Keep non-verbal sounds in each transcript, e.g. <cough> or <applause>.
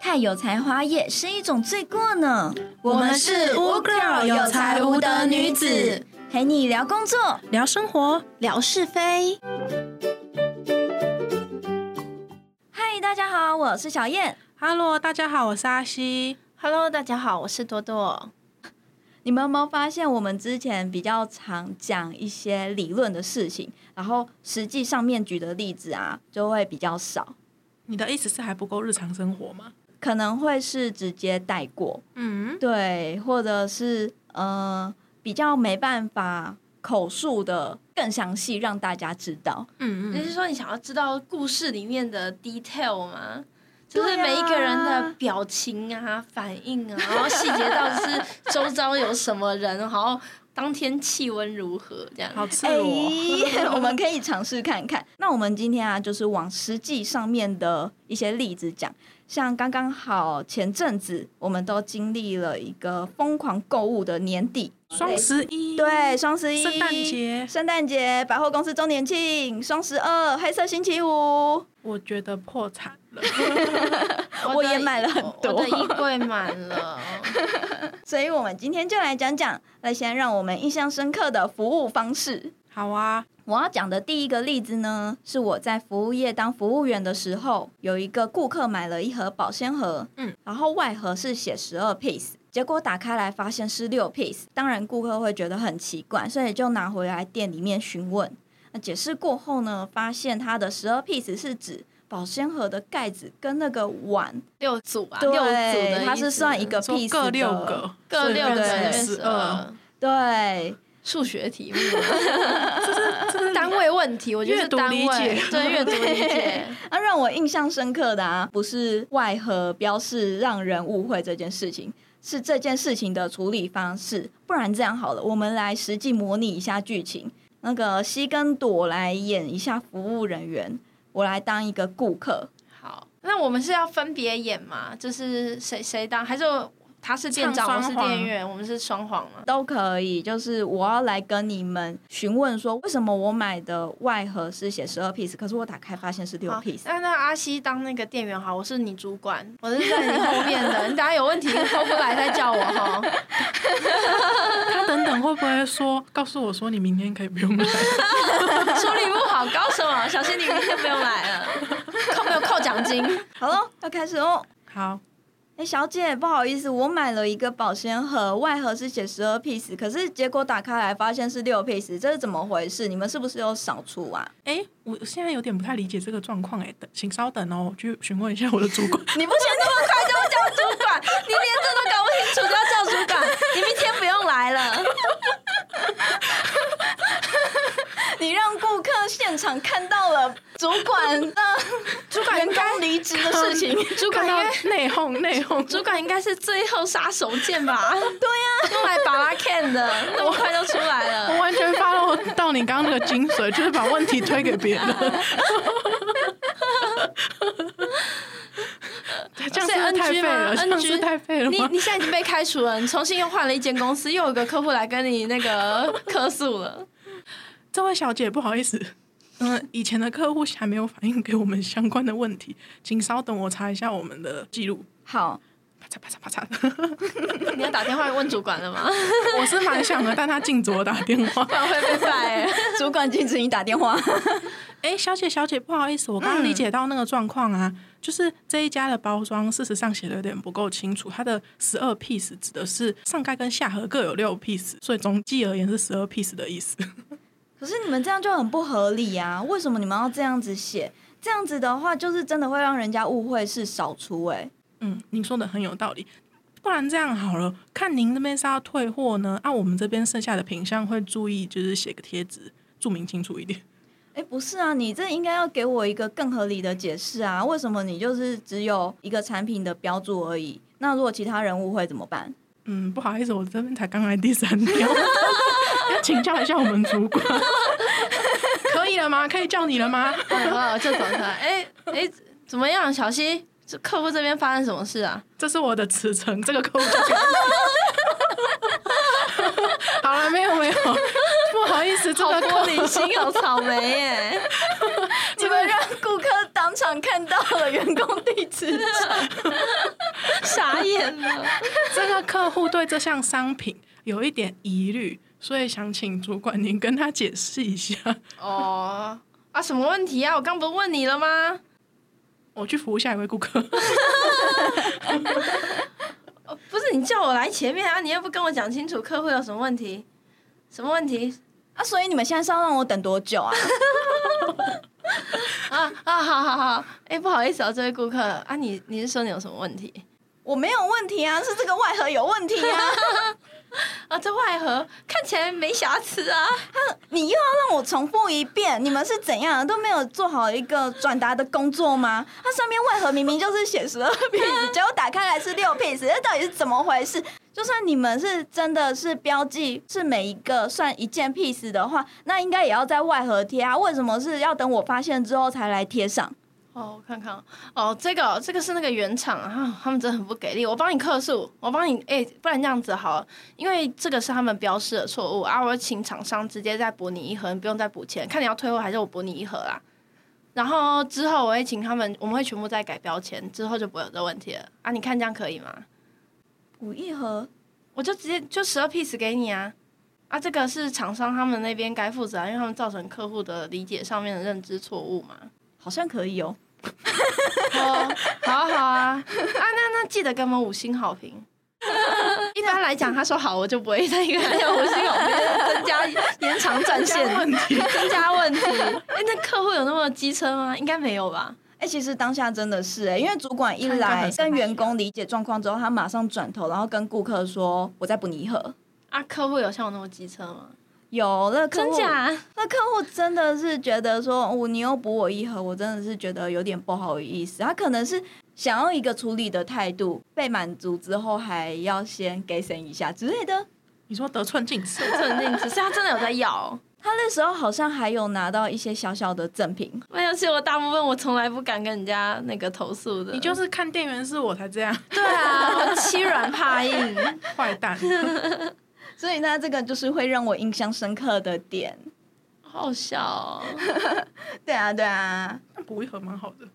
菜有才华也是一种罪过呢。我们是无 girl 有才无德女子，陪你聊工作。聊生活，聊是非。嗨，大家好，我是小燕。 Hello，大家好，我是阿西。 Hello，大家好，我是多多。你们有没有发现，我们之前比较常讲一些理论的事情，然后实际上面举的例子啊，就会比较少，你的意思是还不够日常生活吗？可能会是直接带过，嗯，对，或者是呃比较没办法口述的更详细让大家知道。嗯你是说你想要知道故事里面的 detail 吗？就对是啊每一个人的表情啊、反 <laughs> 应啊，然后细节到底是周遭有什么人，然后当天气温如何这样。好赤裸。哎 <laughs> 我们可以尝试看看。那我们今天啊，就是往实际上面的一些例子讲，像刚刚好前阵子我们都经历了一个疯狂购物的年底，双十一，对，双十一、圣诞节圣诞节、百货公司周年庆、双十二、黑色星期五，我觉得破产了。的我也买了很多我的衣柜满了。 <laughs> 所以我们今天就来讲讲那些让我们印象深刻的服务方式。好啊，我要讲的第一个例子呢，是我在服务业当服务员的时候，有一个顾客买了一盒保鲜盒，嗯，然后外盒是写十二 piece，结果打开来发现是六 piece，当然顾客会觉得很奇怪，所以就拿回来店里面询问。那解释过后呢，发现它的十二 piece 是指保鲜盒的盖子跟那个碗，六组啊，对六组的意思，它是算一个说 piece 各的六个，各六对嗯对个对嗯十二。，对，数学 <laughs> 题目，单位问题，我觉得阅是读单理解位对阅读理 <laughs> 解。那、啊让我印象深刻的啊，不是外盒标示让人误会这件事情，是这件事情的处理方式。不然这样好了，我们来实际模拟一下剧情。那个西跟朵来演一下服务人员，我来当一个顾客。好，那我们是要分别演嘛？就是谁谁当，还是他是店长，唱我双是簧店员，我们是双簧嘛？都可以，就是我要来跟你们询问说，为什么我买的外盒是写十二 piece，可是我打开发现是六好 piece。那那阿西当那个店员好，我是你主管，我是在你后面的，你等下有问题 <laughs> 后不来再叫我哈。他等等会不会说告诉我说你明天可以不用来？处理不好搞什么？小心你明天不用来啊了，扣 <laughs> 没有扣奖金？好喽，要开始哦喽。好，哎、小姐，不好意思，我买了一个保鲜盒，外盒是写十二 piece，可是结果打开来发现是六 piece，这是怎么回事？你们是不是有少出啊？ <laughs> 哎，我现在有点不太理解这个状况，哎，等，请稍等哦，我去询问一下我的主管。你不嫌那么快就叫主管，你连这都搞不清楚，就要叫主管？你明天不用来了。你让顾客现场看到了主管呃的主管员工离职的事情。主看管应到该，内讧，内讧，主管应该是最后杀手锏吧？ <laughs> 对呀、啊用来把拉 can 的，那么快就出来了我。完全 follow 到你刚刚那个精髓，就是把问题推给别 <laughs> 人。这样所以是不是太 NG 废吗了，这样 NG 是不是太废了你吗？你现在已经被开除了，你重新又换了一间公司，又有一个客户来跟你那个客诉了。这位小姐，不好意思，嗯、以前的客户还没有反映给我们相关的问题，请稍等，我查一下我们的记录。好，啪嚓啪嚓啪嚓，你要打电话问主管了吗？ <laughs> 我是蛮想的，但他禁止我打电话。不然 <laughs> 会被 f 主管禁止你打电话。哎、小姐，小姐，不好意思，我刚刚理解到那个状况啊，就是这一家的包装，事实上写的有点不够清楚。它的十二 piece 指的是上盖跟下盒各有六 piece，所以总计而言是十二 piece 的意思。可是你们这样就很不合理啊！为什么你们要这样子写？这样子的话，就是真的会让人家误会是少出哎、嗯，您说的很有道理。不然这样好了，看您那边是要退货呢，啊，我们这边剩下的品相会注意，就是写个贴纸，注明清楚一点。哎，不是啊，你这应该要给我一个更合理的解释啊！为什么你就是只有一个产品的标注而已？那如果其他人误会怎么办？嗯，不好意思，我这边才刚来第三条，要请教一下我们主管，可以了吗？可以叫你了吗？ i 了，就走出来。哎哎，怎么样，小西？这客户这边发生什么事啊？这是我的辞呈，这个客户就给你 <laughs> 好了，没有没有， <laughs> 不好意思，这好个玻客璃心，好草莓 <laughs> 耶！ <laughs> 你们让顾客当场看到了员工地址， <laughs> 傻眼了。这个客户对这项商品有一点疑虑，所以想请主管您跟他解释一下。哦，啊，什么问题啊？我刚不是问你了吗？我去服务下一位顾 <laughs> 客。哦不是你叫我来前面啊，你又不跟我讲清楚客户有什么问题，什么问题啊，所以你们现在是要让我等多久啊？啊啊？好好好，哎、不好意思啊，这位顾客啊，你你是说你有什么问题我没有问题啊，是这个外盒有问题啊！啊？这外盒看起来没瑕疵啊，你又要让我重复一遍，你们是怎样都没有做好一个转达的工作吗？它上面外盒明明就是写十二 piece，结果打开来是六 piece，这到底是怎么回事？就算你们是真的是标记是每一个算一件 piece 的话，那应该也要在外盒贴啊，为什么是要等我发现之后才来贴上？哦，我看看哦哦，这个哦这个是那个原厂啊，他们真的很不给力。我帮你客诉，我帮你哎、不然这样子好了，因为这个是他们标示的错误啊，我请厂商直接再补你一盒，你不用再补钱，看你要退货还是我补你一盒啦。然后之后我会请他们，我们会全部再改标签，之后就不会有这问题了啊。你看这样可以吗？五一盒我就直接就十二 piece 给你啊。啊，这个是厂商他们那边该负责、啊，因为他们造成客户的理解上面的认知错误嘛。好像可以哦。哦，好啊好啊，啊，那那记得给我们五星好 <laughs> 评。一般来讲，他说好，我就不会再给他有五星好评，增加延长战线，问题增加问题。哎、那客户有那么机车吗？应该没有吧？哎、其实当下真的是哎、因为主管一看看来很跟员工理解状况之后，他马上转头，然后跟顾客说：“我再补你一盒。啊，客户有像我那么机车吗？”有那客真户，假？那客户真的是觉得说，哦，你又补我一盒，我真的是觉得有点不好意思。他可能是想要一个处理的态度，被满足之后还要先给省一下之类的。你说得寸进尺，肯定，只是他真的有在要哦、他那时候好像还有拿到一些小小的赠品，没有，其实我大部分我从来不敢跟人家那个投诉的。 <laughs> 你就是看店员是我才这样，对啊，我欺软怕硬。坏蛋。所以呢，这个就是会让我印象深刻的点。 <laughs> 好笑、哦，对啊，对啊，那补一盒蛮好的，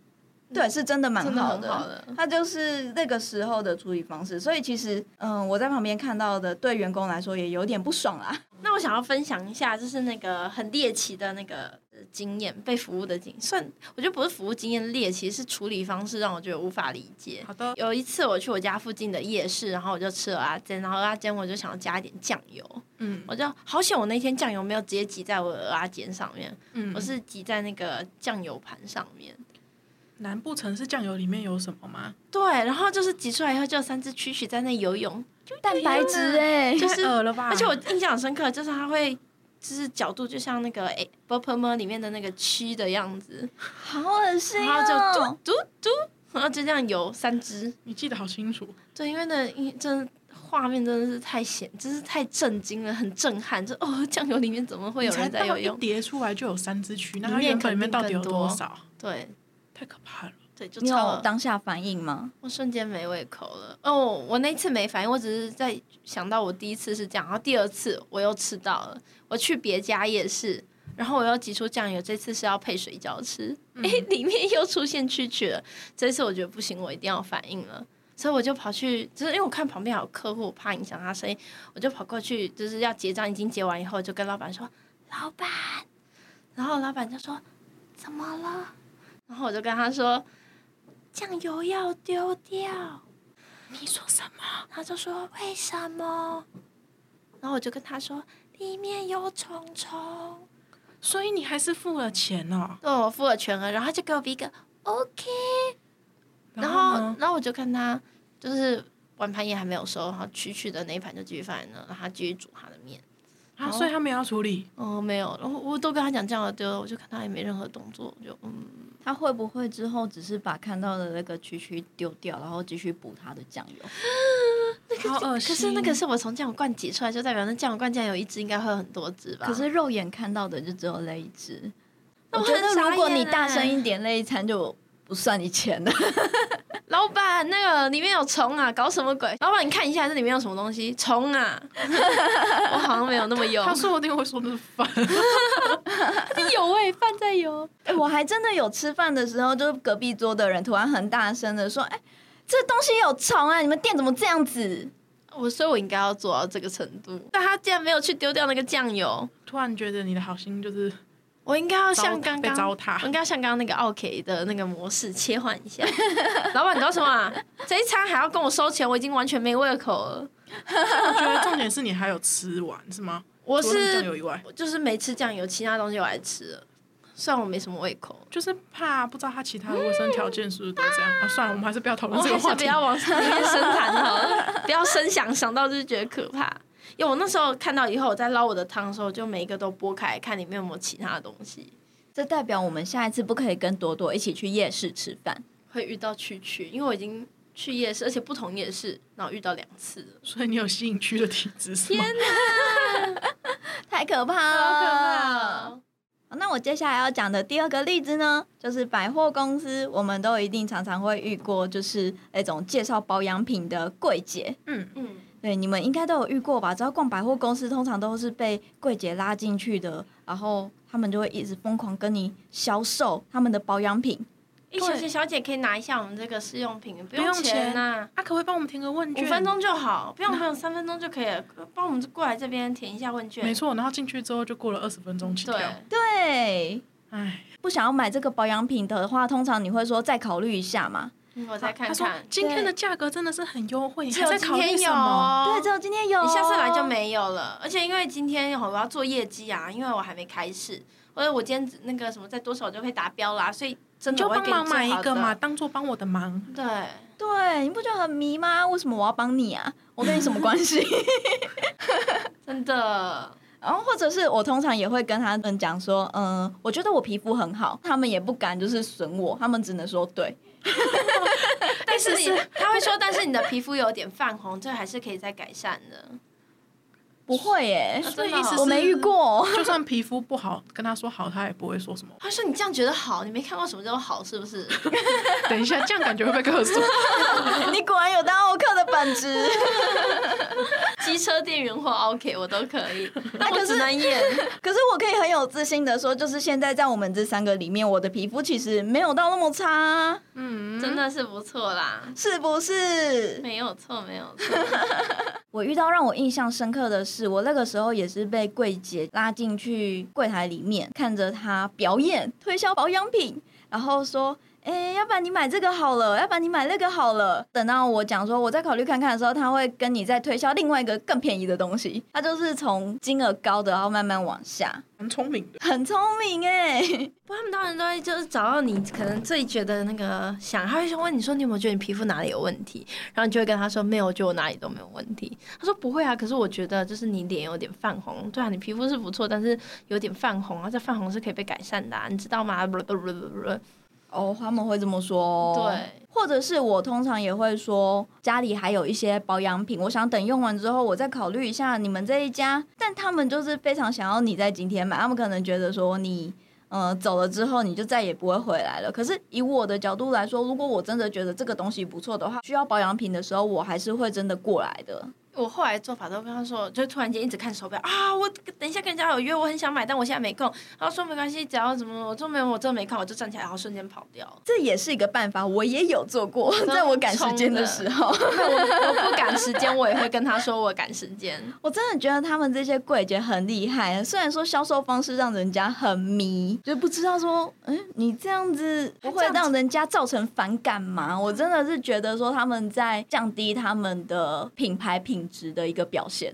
对，是嗯真的蛮真的好很的。好的。他就是那个时候的处理方式，所以其实，嗯，我在旁边看到的，对员工来说也有点不爽啊啦。那我想要分享一下，就是那个很猎奇的那个呃经验，被服务的经算，我觉得不是服务经验猎奇，是处理方式让我觉得无法理解。好的，有一次我去我家附近的夜市，然后我就吃了阿煎，然后阿煎我就想要加一点酱油，嗯我就好险我那天酱油没有直接挤在我的阿煎上面，嗯，我是挤在那个酱油盘上面。难不成是酱油里面有什么吗？对，然后就是挤出来以后，就有三只蛐蛐在那游泳，蛋白质哎、就是太恶了吧？而且我印象很深刻，就是它会。就是角度就像那个诶 b u r p e r 里面的那个蛆的样子， <laughs> 好恶心然哦、后就嘟嘟嘟，然后就这样游三只。你记得好清楚，对，因为那因为真的画面真的是太显，真是太震惊了，很震撼。就哦，酱油里面怎么会有你才人在游倒一泳？叠出来就有三只蛆，那里它面原本里面肯定到底有更多多少？对太可怕了。对，就你超有了当下反应吗？我瞬间没胃口了。哦，我那次没反应，我只是在想到我第一次是这样，然后第二次我又吃到了。我去别家夜市，然后我又挤出酱油，这次是要配水饺吃。诶，里面又出现蛐蛐了。这次我觉得不行，我一定要反应了。所以我就跑去，就是因为我看旁边还有客户，我怕影响他生意，我就跑过去，就是要结账，已经结完以后，就跟老板说：“老板。”然后老板就说：“怎么了？”然后我就跟他说：“酱油要丢掉。”你说什么？他就说为什么？然后我就跟他说里面有虫虫。所以你还是付了钱哦。对，我付了全额，然后他就给我比一个 OK，然后呢？然后我就看他就是碗盘也还没有收，然后区区的那一盘就继续放在那，然后他继续煮他的面。啊，所以他们也要处理。哦，没有，然后我都跟他讲这样的丢了，我就看他也没任何动作，我就嗯，他会不会之后只是把看到的那个区区丢掉，然后继续补他的酱油？好恶可心！是那个是我从酱油罐挤出来，就代表那酱油罐竟然有一只，应该会有很多只吧？可是肉眼看到的就只有那一只。那我我觉很得傻如果眼你大欸声一点，那一餐就不算你钱的。老板，那个里面有虫啊，搞什么鬼？老板，你看一下这里面有什么东西？虫啊！ <laughs> 我好像没有那么油，他说我一定会说那是 <laughs> 饭，有味，饭在油。哎、我还真的有吃饭的时候，就是隔壁桌的人突然很大声的说：“哎、这东西有虫啊！你们店怎么这样子？我所以我应该要做到这个程度。但他竟然没有去丢掉那个酱油，突然觉得你的好心就是我应该要糟像刚被刚糟我蹋 <laughs> 应，该像刚刚那个奥 K 的那个模式切换一下。老板，你搞什么、啊？这一餐还要跟我收钱，我已经完全没胃口了。我觉得重点是你还有吃完是吗？我除了那个酱是油以外，就是没吃酱油，其他东西我还吃了。虽然我没什么胃口，就是怕不知道他其他的卫生条件是不是都这样。啊，算了，我们还是不要讨嗯 <laughs> 我论这还个话是不题。要往上面深谈好了， <laughs> 不要深想，想到就是觉得可怕。因为我那时候看到以后，我在捞我的汤的时候，我就每一个都剥开看里面有没有其他的东西，这代表我们下一次不可以跟朵朵一起去夜市吃饭。会遇到区区，因为我已经去夜市，而且不同夜市，然后遇到两次了。所以你有吸引区的体质是吗？太可怕好可了！怕哦好那我接下来要讲的第二个例子呢，就是百货公司，我们都一定常常会遇过，就是那种介绍保养品的柜姐。嗯，嗯，对，你们应该都有遇过吧？只要逛百货公司，通常都是被柜姐拉进去的，然后他们就会一直疯狂跟你销售他们的保养品。哎，小姐小姐可以拿一下我们这个试用品，不不用钱呐、啊，可不可以帮我们填个问五卷？分。钟就好，不用不用，三分钟就可以了。帮我们过来这边填一下问卷，没，错，然后进去之后就过了二十分钟起跳对。，对，哎，不想要买这个保养品的话，通常你会说再考虑一下嘛。嗯我再看他说看。今天的价格真的是很优惠，你只还有在今考虑天什有么？哦，对，只有今天有哦，你下次来就没有了。而且因为今天我要做业绩啊，因为我还没开始，或者我今天只那个什么再多少我就会达标啦，所以真你的就我会帮给你忙买最一好个的嘛，。当做帮我的忙。对，对，你不觉得很迷吗？为什么我要帮你啊？我跟你什么关系？ <laughs> 真的，然后或者是我通常也会跟他们讲说，嗯，我觉得我皮肤很好，他们也不敢就是损我，他们只能说对。但是你他会说，但是你的皮肤有点泛红，这还是可以再改善的。不会耶、所啊以意思是我没遇过。 <laughs> 就算皮肤不好，跟他说好，他也不会说什么。他说你这样觉得好，你没看过什么叫做好，是不是？等一下，这样感觉会被克诉。 <laughs> 你果然有当奥克的本质。机车店员或 OK 我都可以，但哎可我是只能演。 <laughs> 可是我可以很有自信的说，就是现在在我们这三个里面，我的皮肤其实没有到那么差啊，嗯，真的是不错啦，是不是？没有错，没有错。我遇到让我印象深刻的是，我那个时候也是被柜姐拉进去柜台里面，看着她表演推销保养品，然后说：“哎、要不然你买这个好了，要不然你买那个好了。”等到我讲说我再考虑看看的时候，他会跟你再推销另外一个更便宜的东西。他就是从金额高的，然后慢慢往下， <laughs> 蛮聪明的。很聪明哎、不过他们当然都会就是找到你可能最觉得那个想，他会先问你说你有没有觉得你皮肤哪里有问题，然后你就会跟他说没有，我觉得我哪里都没有问题。他说不会啊，可是我觉得就是你脸有点泛红，对啊，你皮肤是不错，但是有点泛红啊，这泛红是可以被改善的、啊，你知道吗？不不不不不， <laughs> 哦，他们会这么说、哦。对，或者是我通常也会说，家里还有一些保养品，我想等用完之后，我再考虑一下你们这一家。但他们就是非常想要你在今天买，啊他们可能觉得说你。呃，走了之后你就再也不会回来了。可是以我的角度来说，如果我真的觉得这个东西不错的话，需要保养品的时候，我还是会真的过来的。。我后来做法都跟他说，就突然间一直看手表啊，我等一下跟人家有约，我很想买，但我现在没空。然后说没关系，只要怎么我说没有，我真的没空，我就站起来，然后瞬间跑掉了这也是一个办法，我也有做过， <laughs> 在我赶时间的时候。我不赶时间，我也会跟他说我赶时间。我真的觉得他们这些柜姐很厉害，虽然说销售方式让人家很迷，就不知道说，嗯，你这样子不会让人家造成反感吗？我真的是觉得说他们在降低他们的品牌品质的一个表现。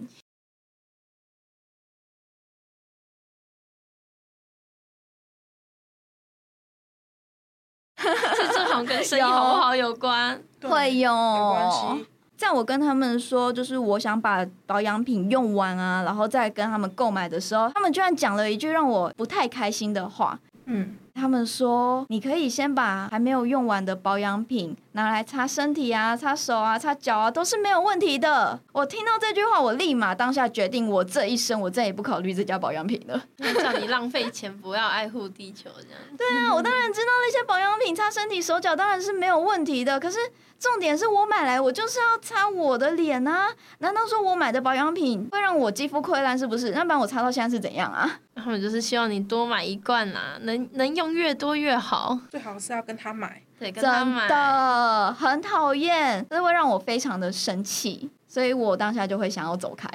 这这好像跟生意好不好有 <laughs> 关。会哟，没关系。在我跟他们说，就是我想把保养品用完啊，然后再跟他们购买的时候，他们居然讲了一句让我不太开心的话。嗯，他们说，你可以先把还没有用完的保养品拿来擦身体啊、擦手啊、擦脚啊，都是没有问题的。我听到这句话，我立马当下决定，我这一生我再也不考虑这家保养品了。叫你浪费钱，不要爱护地球这样。对啊，我当然知道那些保养品擦身体、手脚当然是没有问题的，可是重点是我买来我就是要擦我的脸啊，难道说我买的保养品会让我肌肤溃烂是不是？那不然我擦到现在是怎样啊？啊他们就是希望你多买一罐啦、能能用量越多越好。最好是要跟他买。对，跟他真买。的很讨厌，这会让我非常的生气，所以我当下就会想要走开。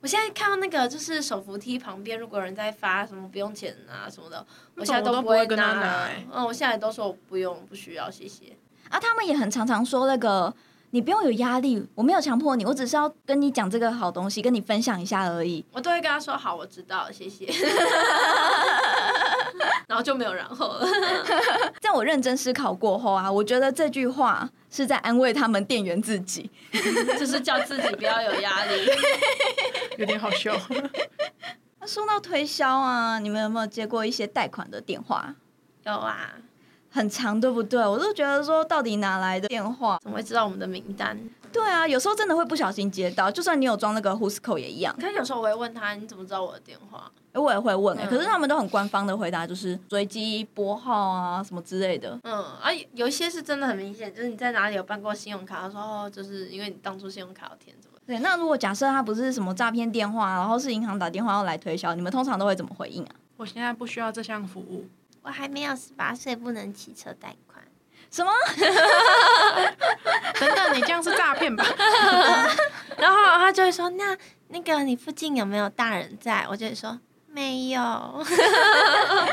我现在看到那个就是手扶梯旁边，如果有人在发什么不用钱啊什么的，我现在我都不不会会跟他拿拿欸。嗯，我现在都说我不用，不需要，谢谢。啊，他们也很常常说那个。你不用有压力，我没有强迫你，我只是要跟你讲这个好东西，跟你分享一下而已。我都会跟他说好，我知道，谢谢。 <laughs> 然后就没有然后 <laughs> 了。在我认真思考过后啊，我觉得这句话是在安慰他们店员自己。就是叫自己不要有压力。有点好笑。那说到推销啊，你们有没有接过一些贷款的电话？有啊，很长，对不对？我都觉得说，到底哪来的电话？怎么会知道我们的名单？对啊，有时候真的会不小心接到，就算你有装那个 Who'sco 也一样。可是有时候我会问他，你怎么知道我的电话？哎我也会问、欸，嗯可是他们都很官方的回答，就是随机拨号啊什么之类的。嗯，啊，有一些是真的很明显，就是你在哪里有办过信用卡，他说哦，就是因为你当初信用卡有填什么。对，那如果假设他不是什么诈骗电话，然后是银行打电话要来推销，你们通常都会怎么回应啊？ <laughs> 我现在不需要这项服务，我还没有十八岁，不能骑车贷款。什么？等等，你这样是诈 <laughs> 骗吧？然后他就会说：“那那个你附近有没有大人在？”我就会说：“没 <laughs> 有。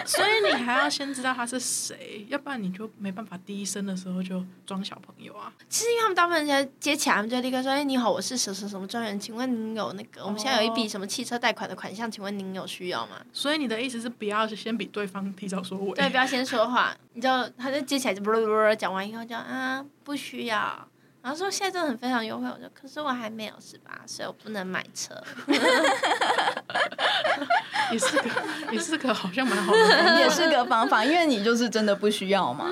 所以你还要先知道他是谁，要不然你就没办法第一声的时候就装小朋友啊。其实因为他们大部分人接起来，他们就立刻说：“哎、你好，我是什什什么专员，请问您有那个我们现在有一笔什么汽车贷款的款项，请问您有需要吗所以你的意思是不要先比对方提早说？”我对，不要先说话，你就他就接起来就噜噜噜讲完以后就啊不需要，然后说现在真的很非常优惠，我说可是我还没有十八岁，我不能买车。也是个也是个好像蛮好的 <laughs> 方法， <laughs> 也是个方法，因为你就是真的不需要嘛。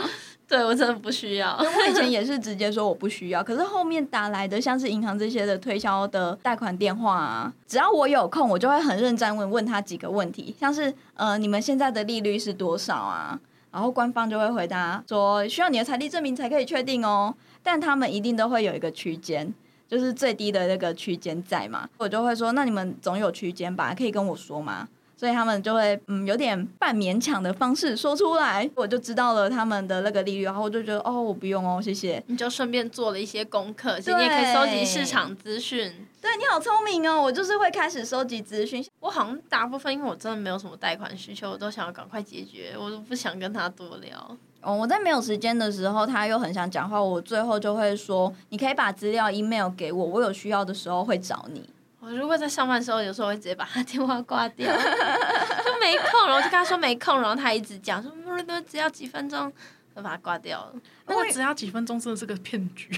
对我真的不需要。我以前也是直接说我不需要，可是后面打来的像是银行这些的推销的贷款电话啊，只要我有空，我就会很认真问问他几个问题，像是呃你们现在的利率是多少啊？然后官方就会回答说需要你的财力证明才可以确定哦，但他们一定都会有一个区间。就是最低的那个区间在嘛，我就会说，那你们总有区间吧，可以跟我说吗？所以他们就会嗯有点半勉强的方式说出来，我就知道了他们的那个利率，然后我就觉得哦我不用哦谢谢。你就顺便做了一些功课，其实你也可以收集市场资讯。对你好聪明哦，我就是会开始收集资讯，我好像大部分因为我真的没有什么贷款需求，我都想要赶快解决，我都不想跟他多聊。哦，我在没有时间的时候，他又很想讲话，我最后就会说，你可以把资料 email 给我，我有需要的时候会找你。 <laughs> <laughs> 我如果在上班的时候，有时候会直接把他电话挂掉，就没空，然后就跟他说没空，然后他一直讲说不不只要几分钟，就把他挂掉了，那个只要几分钟真的是个骗局。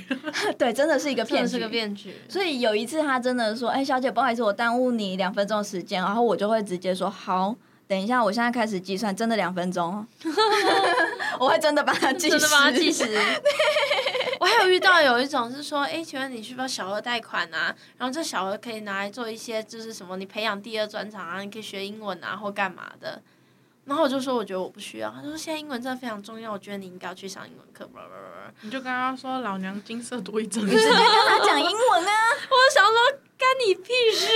对，真的是一个真骗的局，是个骗局。所以有一次他真的说：“哎、小姐，不好意思，我耽误你两分钟的时间。”然后我就会直接说：“好，等一下，我现在开始计算，真的两分钟 <laughs> 哦。”我会真的把它计时，真的 <laughs> 帮他计时。我还有遇到有一种是说，哎、请问你需不需要小额贷款啊？然后这小额可以拿来做一些，就是什么你培养第二专长啊，你可以学英文啊，或干嘛的。然后我就说，我觉得我不需要。他说现在英文真的非常重要，我觉得你应该要去上英文课。不不不不， <laughs> 你就跟他说老娘金色多一阵子，直接跟 <laughs> 他讲英文 <laughs> 啊！我想说干你屁事，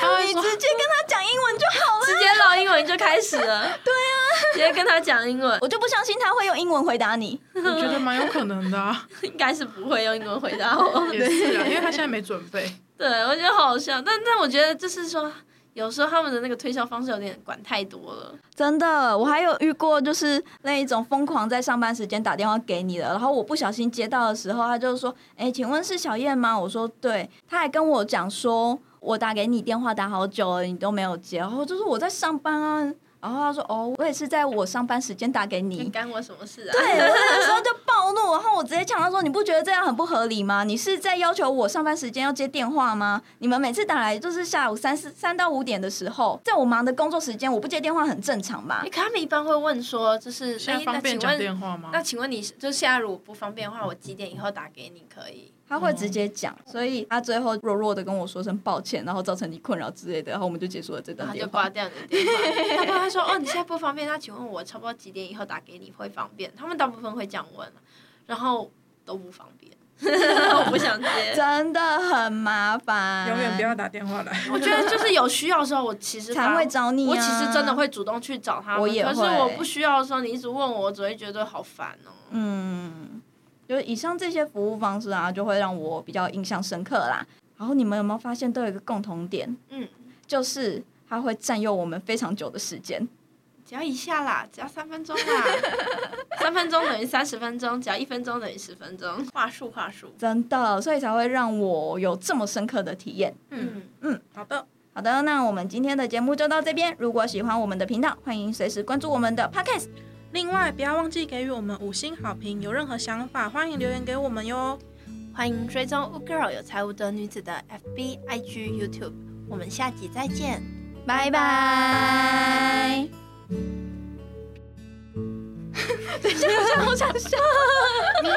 他会你说直接跟他讲英文就好了。直接唠英文就开始了。 <laughs> 对啊，直接跟他讲英文，我就不相信他会用英文回答你。我觉得蛮有可能的、 <laughs> 啊，应该是不会用英文回答我。也是啊，因为他现在没准备。对，我觉得好好笑，但但我觉得就是说，有时候他们的那个推销方式有点管太多了。真的，我还有遇过，就是那一种疯狂在上班时间打电话给你的，然后我不小心接到的时候，他就说：“哎、请问是小燕吗？”我说：“对。”他还跟我讲说：“我打给你电话打好久了，你都没有接。”然后就是我在上班啊，然后他说：“哦，我也是在我上班时间打给你 <laughs> 嗯你。”干我什么事啊？对，我那时候就暴怒，然哦后我直接呛他说：“你不觉得这样很不合理吗？你是在要求我上班时间要接电话吗？你们每次打来就是下午三四三到五点的时候，在我忙的工作时间，我不接电话很正常吧？”你看他哎们一般会问说，就是现那在方便那请讲问，电话吗？那请问你是就是现在如果不方便的话，我几点以后打给你可以？他会直接讲，所以他最后弱弱的跟我说声抱歉，然后造成你困扰之类的，然后我们就结束了这然段后就电挂话。掉你的电话。他不然他说哦，你现在不方便，那请问我差 <laughs> 啊不多几点以后打给你会方便？他们大部分会这样问，然后都不方便。我不想接。真的很麻烦，永远不要打电话来。我觉得就是有需要的时候，我其实才发会找你、啊。我其实真的，会主动去找他们，我也可是会我不需要的时候，你一直问我，我只会觉得好烦哦、嗯，就是以上这些服务方式啊，就会让我比较印象深刻啦。然后你们有没有发现都有一个共同点？嗯，就是它会占用我们非常久的时间。只要一下啦，只要三分 <laughs> 钟啦，三分钟等于三十分钟，只要一分钟等于十分钟，话术话术。真的，所以才会让我有这么深刻的体验。嗯嗯，好的，好的，那我们今天的节目就到这边。如果喜欢我们的频道，欢迎随时关注我们的 Podcast。另外不要忘记给予我们五星好评，有任何想法欢迎留言给我们哟。嗯欢迎追踪 w Girl 有财务的女子的 FB、IG、YouTube。我们下集再见。拜拜。你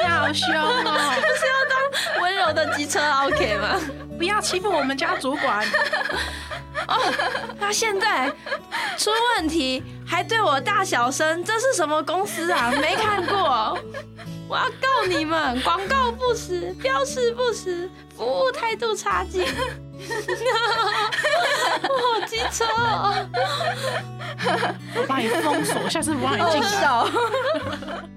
好凶哦！温柔的机车啊 OK 吗？不要欺负我们家主管。他现在出问题，还对我大小声，这是什么公司啊？没看过， <laughs> 我要告你们！广告不实，标示不实，服务态度差劲。我好机车哦。我把你封锁，下次不让你进来。手。